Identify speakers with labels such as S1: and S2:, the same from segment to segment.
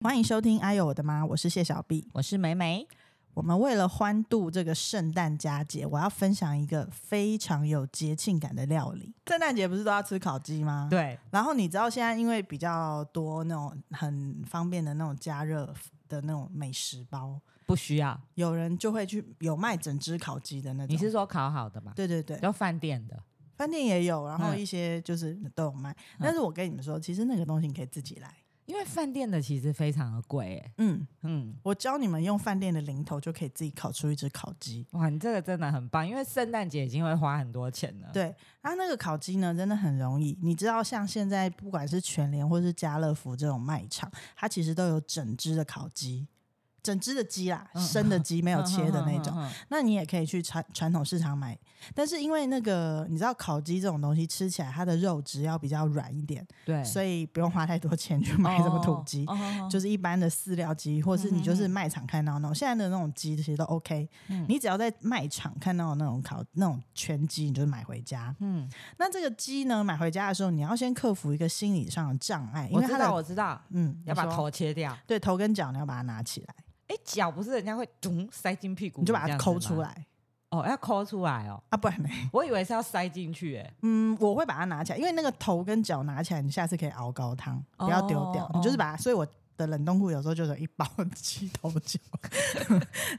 S1: 欢迎收听《哎呦我的妈》，我是谢小 B。
S2: 我是梅梅。
S1: 我们为了欢度这个圣诞佳节，我要分享一个非常有节庆感的料理。圣诞节不是都要吃烤鸡吗？。
S2: 对，
S1: 然后你知道现在因为比较多那种很方便的那种加热的那种美食包，
S2: 不需要。
S1: 有人就会去有卖整只烤鸡的那种。
S2: 你是说烤好的吗？
S1: 对对对，
S2: 就饭店的，
S1: 饭店也有，然后
S2: 嗯
S1: 一些就是都有卖。但是我跟你们说，其实那个东西你可以自己来。
S2: 因为饭店的其实非常的贵耶。
S1: 嗯，
S2: 嗯，
S1: 我教你们用饭店的零头就可以自己烤出一只烤鸡。
S2: 哇，你这个真的很棒，因为圣诞节已经会花很多钱了。
S1: 对，它那个烤鸡呢，真的很容易。你知道，像现在不管是全联或是家乐福这种卖场，它其实都有整只的烤鸡，整只的鸡啦，
S2: 嗯
S1: 生的鸡没
S2: 没
S1: 有切的那种。
S2: 嗯嗯嗯
S1: 那你也可以去传传统市场买，但是因为那个你知道烤鸡这种东西吃起来它的肉质要比较软一点，
S2: 对，
S1: 所以不用花太多钱去买什么土鸡。
S2: 哦，哦嗯哦
S1: 就是一般的饲料鸡，或是你就是卖场看到的那种，现在的那种鸡其实都 OK、
S2: 嗯
S1: 你只要在卖场看到的那种烤那种全鸡，你就买回家。
S2: 嗯，
S1: 那这个鸡呢，买回家的时候，你要先克服一个心理上的障碍，因
S2: 我
S1: 为
S2: 知
S1: 它
S2: 道，
S1: 的
S2: 我知道，
S1: 嗯，
S2: 要把
S1: 你说
S2: 头切掉。
S1: 对头跟脚你要把它拿起来，
S2: 哎，脚不是人家会咚塞进屁股，
S1: 你就把它抠出
S2: 来。
S1: 来
S2: 哦，要抠出来哦，
S1: 啊，不然呢？
S2: 我以为是要塞进去，哎，
S1: 嗯，我会把它拿起来，因为那个头跟脚拿起来，你下次可以熬高汤，不要丢掉，
S2: 哦
S1: 你就是把它。所以我的冷冻库有时候就是有一包鸡头脚，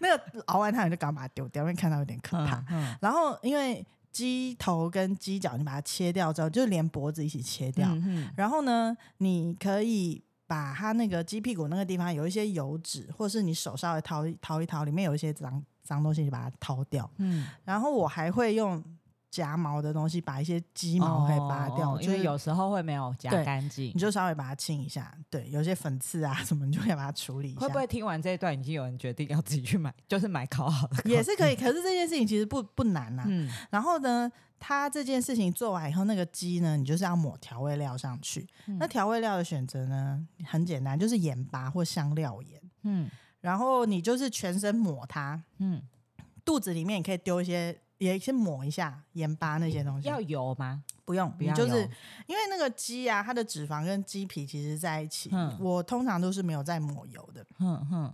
S1: 那个熬完汤你就赶快把它丢掉，因为看到有点可怕。
S2: 嗯嗯
S1: 然后因为鸡头跟鸡脚你把它切掉之后，就连脖子一起切掉。
S2: 嗯嗯
S1: 然后呢，你可以把它那个鸡屁股那个地方有一些油脂，或是你手稍微掏一掏一掏，里面有一些脏脏东西，你把它掏掉。
S2: 嗯，
S1: 然后我还会用夹毛的东西把一些鸡毛给拔掉，
S2: 哦哦
S1: 就
S2: 因为
S1: 是
S2: 有时候会没有夹
S1: 对
S2: 干净
S1: 你。就稍微把它清一下。对，有些粉刺啊什么，你就可以把它处理一下。
S2: 会不会听完这一段，已经有人决定要自己去买， 就是买烤好的烤？
S1: 也是可以？可是这件事情其实不不难呐、
S2: 嗯，
S1: 然后呢，它这件事情做完以后，那个鸡呢，你就是要抹调味料上去。
S2: 嗯
S1: 那调味料的选择呢，很简单，就是盐巴或香料盐。
S2: 嗯
S1: 然后你就是全身抹它，
S2: 嗯，
S1: 肚子里面也可以丢一些，也先抹一下盐巴那些东西。
S2: 要油吗？
S1: 不用，
S2: 不
S1: 你
S2: 要
S1: 就是
S2: 油
S1: 因为那个鸡啊，它的脂肪跟鸡皮其实在一起。
S2: 嗯
S1: 我通常都是没有在抹油的。
S2: 哼哼，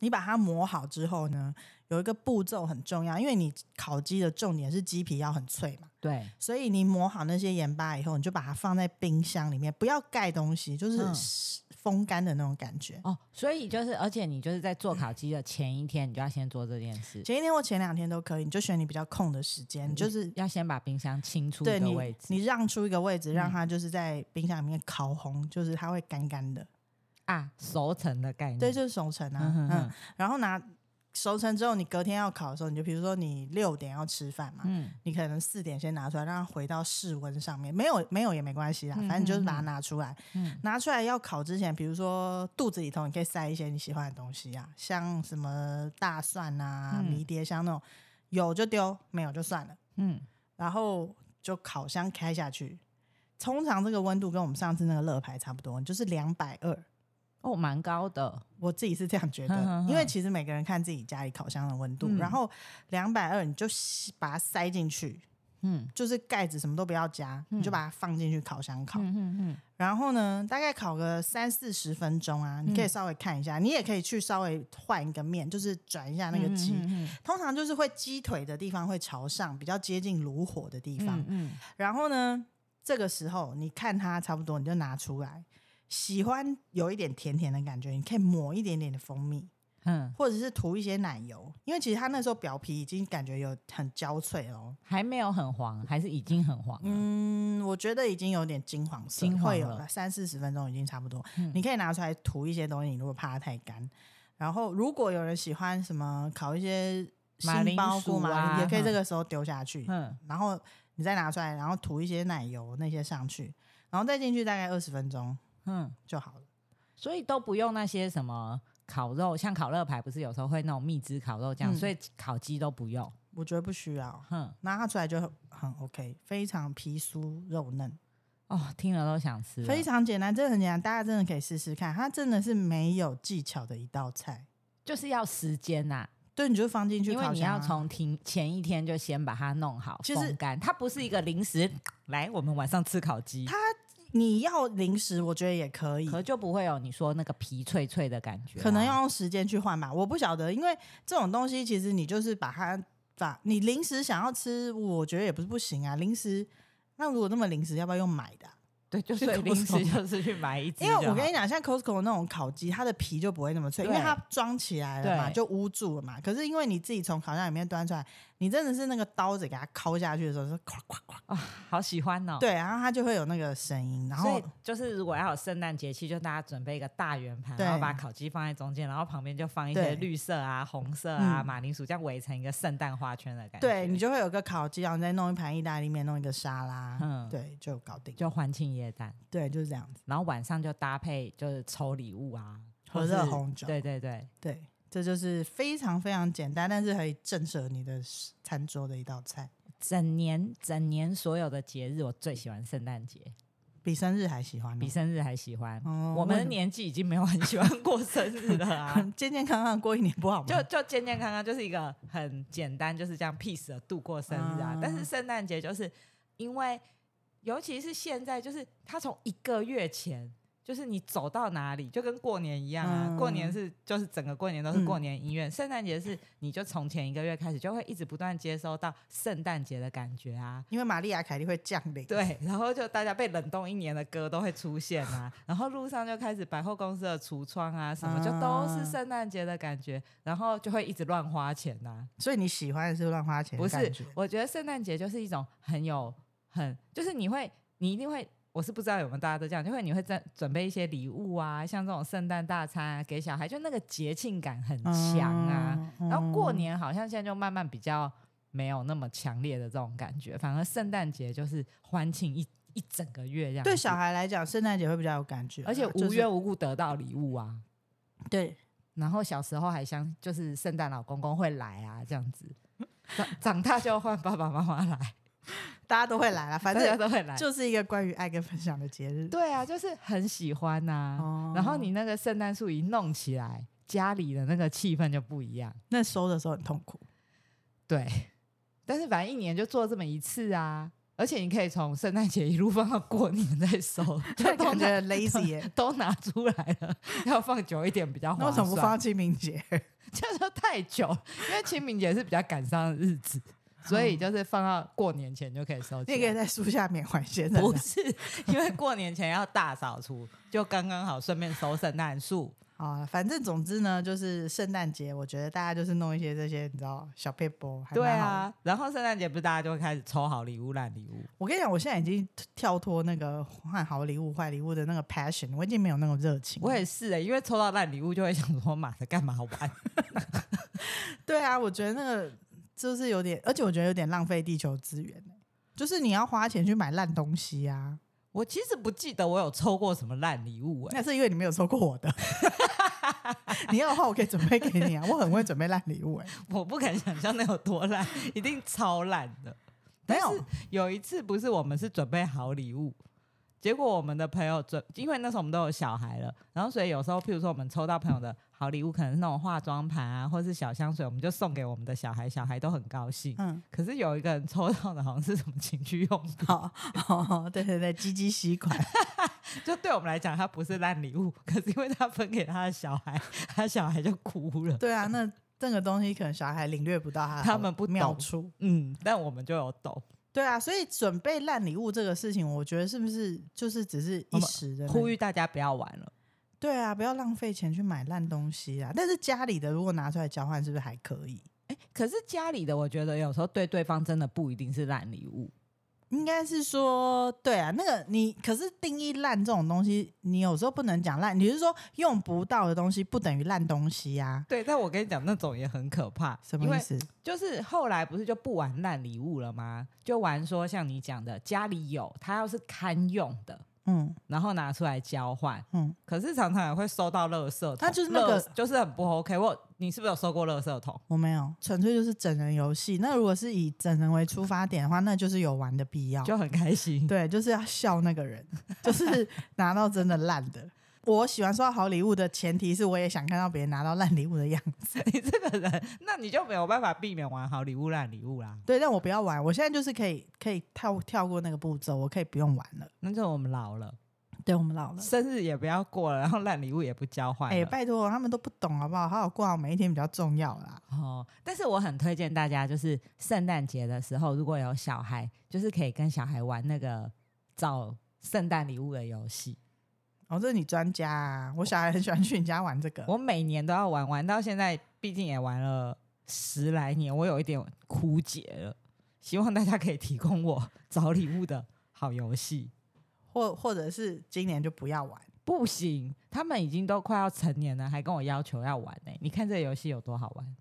S1: 你把它磨好之后呢，有一个步骤很重要，因为你烤鸡的重点是鸡皮要很脆嘛。
S2: 对，
S1: 所以你磨好那些盐巴以后，你就把它放在冰箱里面，不要盖东西，就
S2: 嗯
S1: 是风干的那种感觉。
S2: 哦，所以就是，而且你就是在做烤鸡的前一天，你就要先做这件事，
S1: 前一天或前两天都可以，你就选你比较空的时间，你就是
S2: 要先把冰箱清出
S1: 对
S2: 一个
S1: 你
S2: 位置嗯
S1: 你让出一个位置，让它就是在冰箱里面烤红，就是它会干干的，
S2: 啊，熟成的概念。
S1: 对，就是熟成啊，
S2: 嗯
S1: 嗯
S2: 哼哼，
S1: 然后拿熟成之后，你隔天要烤的时候，你就比如说你六点要吃饭嘛，
S2: 嗯
S1: 你可能四点先拿出来，让它回到室温上面，没有没有也没关系啦，反正你就是把它拿出来。
S2: 嗯
S1: 拿出来要烤之前，比如说肚子里头，你可以塞一些你喜欢的东西啊，像什么大蒜啊、
S2: 嗯
S1: 迷迭香那种，有就丢，没有就算了。
S2: 嗯，
S1: 然后就烤箱开下去，通常这个温度跟我们上次那个乐牌差不多，就是两百二。
S2: 哦，蛮高的，
S1: 我自己是这样觉得，
S2: 哼哼哼
S1: 因为其实每个人看自己家里烤箱的温度，
S2: 嗯
S1: 然后两百二你就把它塞进去，
S2: 嗯
S1: 就是盖子什么都不要加，你就把它放进去烤箱烤。
S2: 嗯嗯嗯，
S1: 然后呢，大概烤个三四十分钟啊，你可
S2: 嗯
S1: 以稍微看一下，你也可以去稍微换一个面，就是转一下那个鸡。
S2: 嗯
S1: 通常就是会鸡腿的地方会朝上，比较接近炉火的地
S2: 嗯
S1: 方。
S2: 嗯嗯，
S1: 然后呢，这个时候你看它差不多，你就拿出来。喜欢有一点甜甜的感觉，你可以抹一点点的蜂蜜，
S2: 嗯，
S1: 或者是涂一些奶油，因为其实它那时候表皮已经感觉有很焦脆了哦。
S2: 还没有很黄，还是已经很黄了。
S1: 嗯，我觉得已经有点金黄色，
S2: 金黄
S1: 会有
S2: 了
S1: 了三四十分钟已经差不多。
S2: 嗯
S1: 你可以拿出来涂一些东西，你如果怕它太干。然后，如果有人喜欢什么烤一些
S2: 马
S1: 杏
S2: 铃
S1: 鲍菇
S2: 薯
S1: 嘛，
S2: 啊
S1: 也可以这个时候丢下去，
S2: 嗯，
S1: 然后你再拿出来，然后涂一些奶油那些上去，然后再进去大概二十分钟
S2: 嗯，
S1: 就好了。
S2: 所以都不用那些什么烤肉，像烤乐牌不是有时候会那种蜜汁烤肉酱，
S1: 嗯
S2: 所以烤鸡都不用。
S1: 我觉得不需要，
S2: 哼，
S1: 拿它出来就很很 OK，非常皮酥肉嫩，
S2: 哦，听了都想吃了。
S1: 非常简单，真的很简单，大家真的可以试试看，它真的是没有技巧的一道菜。
S2: 就是要时间呐、
S1: 对，你就放进去
S2: 因
S1: 烤箱啊、
S2: 为你要从停前一天就先把它弄好，
S1: 其实
S2: 风干，它不是一个临时来我们晚上吃烤鸡。
S1: 它你要零食，我觉得也可以，
S2: 可就不会有你说那个皮脆脆的感觉啊、
S1: 可能要用时间去换吧，我不晓得，因为这种东西其实你就是把它把你临时想要吃，我觉得也不是不行啊。零食，那如果那么零食，要不要用买的啊、
S2: 对，就
S1: 去
S2: 是临
S1: Costco
S2: 时就是去买一只就
S1: 因
S2: 好，
S1: 为我跟你讲，像 Costco 那种烤鸡，它的皮就不会那么脆，因为
S2: 对
S1: 它装起来了嘛，
S2: 对
S1: 就捂住了嘛。可是因为你自己从烤箱里面端出来，你真的是那个刀子给它敲下去的时候是咵咵咵，
S2: 啊、好喜欢哦。
S1: 对，然后它就会有那个声音，然
S2: 所
S1: 后
S2: 以就是，如果要有圣诞节气，就大家准备一个大圆盘，
S1: 对
S2: 然后把烤鸡放在中间，然后旁边就放一
S1: 对
S2: 些绿色啊、红色啊、
S1: 嗯
S2: 马铃薯，这样围成一个圣诞花圈的感觉。
S1: 对你就会有个烤鸡，然后你再弄一盘意大利面，弄一个沙拉，
S2: 嗯
S1: 对，就搞定。
S2: 就欢庆耶诞，
S1: 对，就是这样子，
S2: 然后晚上就搭配就是抽礼物啊，
S1: 喝
S2: 或是
S1: 热红酒
S2: 对对对，
S1: 对，这就是非常非常简单，但是可以震慑你的餐桌的一道菜，
S2: 整年整年所有的节日，我最喜欢圣诞节，
S1: 比生日还喜欢
S2: 比
S1: 呢。
S2: 生日还喜欢。
S1: 哦
S2: 我
S1: 为
S2: 们的
S1: 什么。
S2: 年纪已经没有很喜欢过生日了啊
S1: 健健康康过一年不好吗？
S2: 就就健健康康，就是一个很简单，就是这样 peace 的度过生日啊。
S1: 嗯
S2: 但是圣诞节就是因为，尤其是现在，就是他从一个月前，就是你走到哪里，就跟过年一样啊。
S1: 嗯
S2: 过年是就是整个过年都是过
S1: 嗯
S2: 年音乐，圣诞节是你就从前一个月开始，就会一直不断接收到圣诞节的感觉啊。
S1: 因为玛丽亚凯莉会降 临，
S2: 对，然后就大家被冷冻一年的歌都会出现啊，然后路上就开始百货公司的橱窗啊，什么就都
S1: 啊
S2: 是圣诞节的感觉，然后就会一直乱花钱呐、
S1: 所以你喜欢的是乱花钱
S2: 不
S1: 的感
S2: 是
S1: 觉，，
S2: 我觉得圣诞节就是一种很有很，就是你会，你一定会。我是不知道有没有大家都这样，就会你会准准备一些礼物啊，像这种圣诞大餐啊，给小孩，就那个节庆感很强啊。
S1: 嗯
S2: 然后过，年好像现在就慢慢比较没有那么强烈的这种感觉，反而圣诞节就是欢庆一一整个月这
S1: 嗯
S2: 样。
S1: 对小，孩来讲，圣诞节会比较有感觉啊，
S2: 而且
S1: 就
S2: 无
S1: 是
S2: 缘无故得到礼物啊。
S1: 对，
S2: 然后小时候还相就是圣诞老公公会来啊，这样子。长长大就换爸爸妈妈来，
S1: 大家都会来了，反
S2: 大家
S1: 正
S2: 都会来。
S1: 就是一个关于爱跟分享的节日。
S2: 对啊，就是很喜欢呐、
S1: 哦
S2: 然后你那个圣诞树一弄起来，家里的那个气氛就不一样。
S1: 那收的时候很痛 苦，
S2: 对，但是反正一年就做这么一次啊，而且你可以从圣诞节一路放到过年再收，就
S1: 就
S2: 都
S1: 感
S2: 拿
S1: 觉 lazy 耶、
S2: 都拿出来了，要放久一点比较
S1: 那
S2: 划
S1: 为什
S2: 算。
S1: 么不放到清 明节？
S2: 这样就太久了，因为清明节是比较赶上的日子，所以就是放到过年前就可以收
S1: 你也可
S2: 起
S1: 以
S2: 来。
S1: 在树下缅怀先生
S2: 啊 不
S1: 的。
S2: 是，因为过年前要大扫除，就刚刚好顺便收圣诞树。
S1: 好了，反正总之呢，就是圣诞节，我觉得大家就是弄一些这些，你知道小 paper，还
S2: 对
S1: 蛮好的
S2: 啊，嗯然后圣诞节不是大家就会开始抽好礼物、烂礼物？
S1: 我跟你讲，我现在已经跳脱那个换好礼物、坏礼物的那个 passion，我已经没有那种热情了。
S2: 我也是、欸，因为抽到烂礼物就会想说，妈的，干嘛玩？
S1: 对啊，我觉得那个就是有点，而且我觉得有点浪费地球资源、欸就是你要花钱去买烂东西啊，
S2: 我其实不记得我有抽过什么烂礼物、欸，
S1: 那是因为你没有收过我的。 你要的话，我可以准备给你啊，我很会准备烂礼物哎、
S2: 我不敢想象那有多烂，一定超烂的。
S1: 没
S2: 但
S1: 有
S2: 是有一次不是我们是准备好礼物，结果我们的朋友准，因为那时候我们都有小孩了，然后所以有时候譬如说我们抽到朋友的好礼物，可能是那种化妆盘啊，或是小香水，我们就送给我们的小孩，小孩都很高兴。
S1: 嗯，
S2: 可是有一个人抽到的好像是什么情趣用品，
S1: 好，哦，对对对，唧唧吸管，
S2: 就对我们来讲，它不是烂礼物，可是因为他分给他的小孩，他小孩就哭了。
S1: 对啊，那这个东西可能小孩领略不到他的
S2: 他
S1: 好
S2: 们不懂
S1: 妙处，
S2: 嗯，但我们就有抖，
S1: 对啊，所以准备烂礼物这个事情，我觉得是不是就是只是一时的那
S2: 呼吁大家不要玩了。
S1: 对啊，不要浪费钱去买烂东西啊！但是家里的如果拿出来交换，是不是还可以？
S2: 可是家里的，我觉得有时候对对方真的不一定是烂礼物。
S1: 应该是说，对啊，那个你可是定义烂这种东西，你有时候不能讲烂，你是说用不到的东西不等于烂东西呀、
S2: 对，但我跟你讲，那种也很可怕。
S1: 什么意？思？
S2: 就是后来不是就不玩烂礼物了吗？就玩说像你讲的，家里有，他要是堪用的，
S1: 嗯
S2: 然后拿出来交换。
S1: 嗯，
S2: 可是常常也会收到垃圾桶，
S1: 它就是那个
S2: 垃就是哦很不 OK 我。你是不是有收过垃圾桶？
S1: 我没有，纯粹就是整人游戏。那如果是以整人为出发点的话，那就是有玩的必要。
S2: 就很开心。
S1: 对，就是要笑那个人，就是拿到真的烂的。我喜欢收到好礼物的前提是，我也想看到别人拿到烂礼物的样子。
S2: 你这个人，那你就没有办法避免玩好礼物烂礼物啦。
S1: 对，但我不要玩，我现在就是可以可以跳跳过那个步骤，我可以不用玩了。
S2: 那就是我们老了，
S1: 对我们老了。
S2: 生日也不要过了，然后烂礼物也不交换了。
S1: 哎、拜托，他们都不懂好不好？好好过好每一天比较重要啦。
S2: 哦，但是我很推荐大家，就是圣诞节的时候，如果有小孩，就是可以跟小孩玩那个找圣诞礼物的游戏。
S1: 哦，这是你专家啊！我小孩很喜欢去你家玩这个。
S2: 我每年都要玩，玩到现在，毕竟也玩了十来年，我有一点枯竭了。希望大家可以提供我 找礼物的好游戏。
S1: 或或者是今年就不要玩。
S2: 不行，他们已经都快要成年了，还跟我要求要玩呢、你看这游戏有多好玩？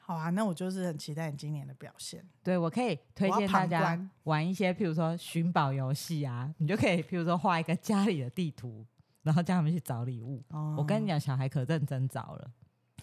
S1: 好啊，那我就是很期待你今年的表现。
S2: 对，我可以推
S1: 我要
S2: 荐大
S1: 旁
S2: 家
S1: 观
S2: 玩一些，譬如说寻宝游戏啊，你就可以，譬如说画一个家里的地图，然后叫他们去找礼物。
S1: 哦
S2: 我跟你，讲，小孩可认真找了，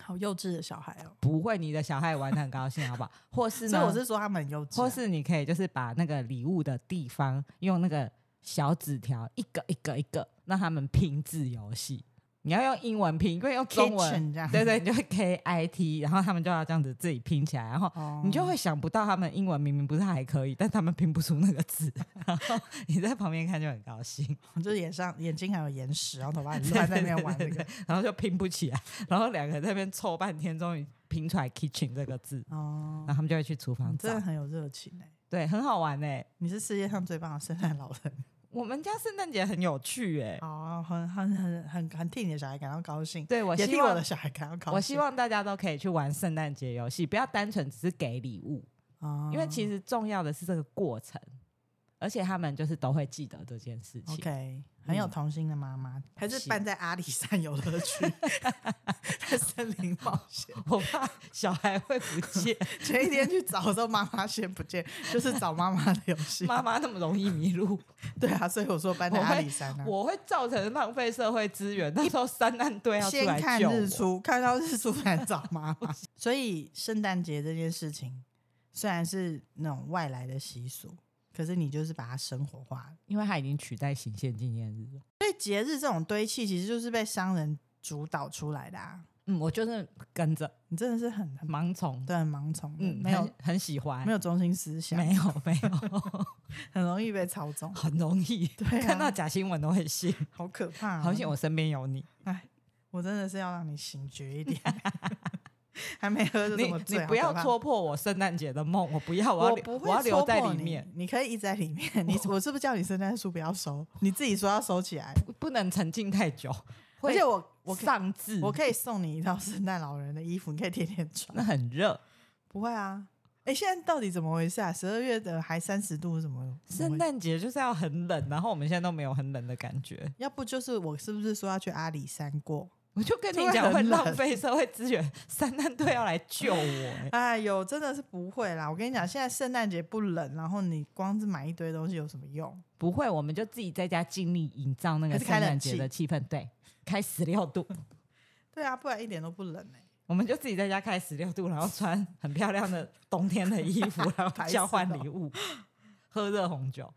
S1: 好幼稚的小孩哦。
S2: 不会，你的小孩也玩的很高兴，啊好不好？或是
S1: 所以
S2: 呢，
S1: 我是说他们很幼稚啊、
S2: 或是你可以就是把那个礼物的地方用那个小纸条一个一个一个让他们拼字游戏。你要用英文拼，因为用中文，
S1: kitchen 啊这样，
S2: 对对，你就会 K I T，然后他们就要这样子自己拼起来，然后
S1: 哦
S2: 你就会想不到他们英文明明不是还可以，但他们拼不出那个字，然后你在旁边看就很高兴，
S1: 就是眼上眼睛还有眼屎，然后头发很乱在那边玩这
S2: 对
S1: 个。
S2: 然后就拼不起来，然后两个人在那边凑半天，终于拼出来 kitchen 这个字，
S1: 哦
S2: 然后，他们就会去厨房
S1: 你
S2: 找
S1: 嗯真的，很有热情哎、
S2: 对，很好玩哎、
S1: 你是世界上最棒的圣诞老人。
S2: 我们家圣诞节很有趣哎、
S1: 哦，很很很很很替你的小孩感到高兴，
S2: 对我
S1: 也
S2: 希
S1: 替我
S2: 望
S1: 的小孩感到高兴。
S2: 我希望大家都可以去玩圣诞节游戏，不要单纯只是给礼物，
S1: 哦，
S2: 因为其实重要的是这个过程，而且他们就是都会记得这件事情。
S1: OK，很有
S2: 嗯
S1: 童心的妈妈，还是
S2: 是
S1: 办在阿里山游乐区，在森林冒险。
S2: 我怕小孩会不见，
S1: 前一天去找的时候，妈妈先不见，就是找妈妈的游戏。
S2: 妈妈那么容易 迷路，
S1: 对啊，所以我说搬在
S2: 我
S1: 阿
S2: 会
S1: 里山啊。
S2: 我会造成浪费社会资源。到时候三难队要出
S1: 先
S2: 来
S1: 看
S2: 救
S1: 日
S2: 我。
S1: 出，看到日出才找妈妈。所以圣诞节这件事情，虽然是那种外来的习俗，可是你就是把它生活化了。
S2: 因为它已经取代行宪纪念日了。
S1: 所以节日这种堆砌，其实就是被商人主导出来的啊。
S2: 嗯，我就是跟着
S1: 你真的是很很
S2: 盲从，
S1: 对，很盲从的，
S2: 嗯，
S1: 没有
S2: 很很喜欢，
S1: 没有中心思想，
S2: 没有 没有，
S1: 很容易被操纵。
S2: 很容易、
S1: 对啊
S2: 看到假新闻都会信。
S1: 好可怕、啊！
S2: 好险，我身边有你，
S1: 我真的是要让你醒觉一点， 还没喝就
S2: 你
S1: 这么
S2: 你
S1: 醉，
S2: 不要
S1: 好可怕
S2: 戳，破我圣诞节的梦，我不要，我要
S1: 我
S2: 留
S1: 不
S2: 我要
S1: 会
S2: 留
S1: 戳
S2: 在
S1: 破
S2: 里
S1: 你
S2: 面，，
S1: 你可以一直在里 面。你我是不是叫你圣诞树不要收？你自己说要收起来，
S2: 不不能沉浸太久，
S1: 而
S2: 会
S1: 且 我我可以
S2: 上字，
S1: 我可以送你一套圣诞老人的衣服，你可以天天
S2: 那
S1: 穿。
S2: 很热。
S1: 不会啊，哎，现在到底怎么回事啊？十二月的还三十度是怎么？怎么
S2: 圣
S1: 回
S2: 诞节就是要很冷，然后我们现在都没有很冷的感觉。
S1: 要不就是我是不是说要去阿里山过？
S2: 我就跟
S1: 突
S2: 你
S1: 然
S2: 讲，会
S1: 很冷
S2: 浪费社会资源，三难队要来救我、 欸
S1: 哎呦，真的是不会啦！我跟你
S2: 嗯
S1: 讲，现在圣诞节不冷，然后你光是买一堆东西有什么用？
S2: 不会，我们就自己在家尽力营造那个
S1: 还是
S2: 圣
S1: 开冷
S2: 诞节的气氛，对，开十六度，
S1: 对啊，不然一点都不冷哎、
S2: 我们就自己在家开十六度，然后穿很漂亮的冬天的衣服，然后
S1: 白
S2: 交
S1: 色
S2: 换
S1: 的
S2: 礼 物，喝热红酒。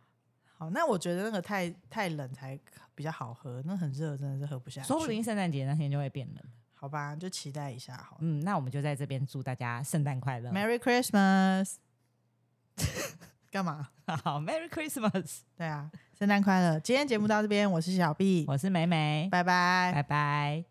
S1: 好，那我觉得那个太太冷才比较好喝，那很热真的是喝不下去。
S2: 说不定圣诞节那天就会变冷。
S1: 好吧，就期待一下好了。
S2: 嗯，那我们就在这边祝大家圣诞快乐，
S1: Merry Christmas，干嘛？
S2: 好，Merry Christmas！
S1: 对啊，圣诞快乐！今天节目到这边，我是小 B，
S2: 我是美美，
S1: 拜拜
S2: 拜拜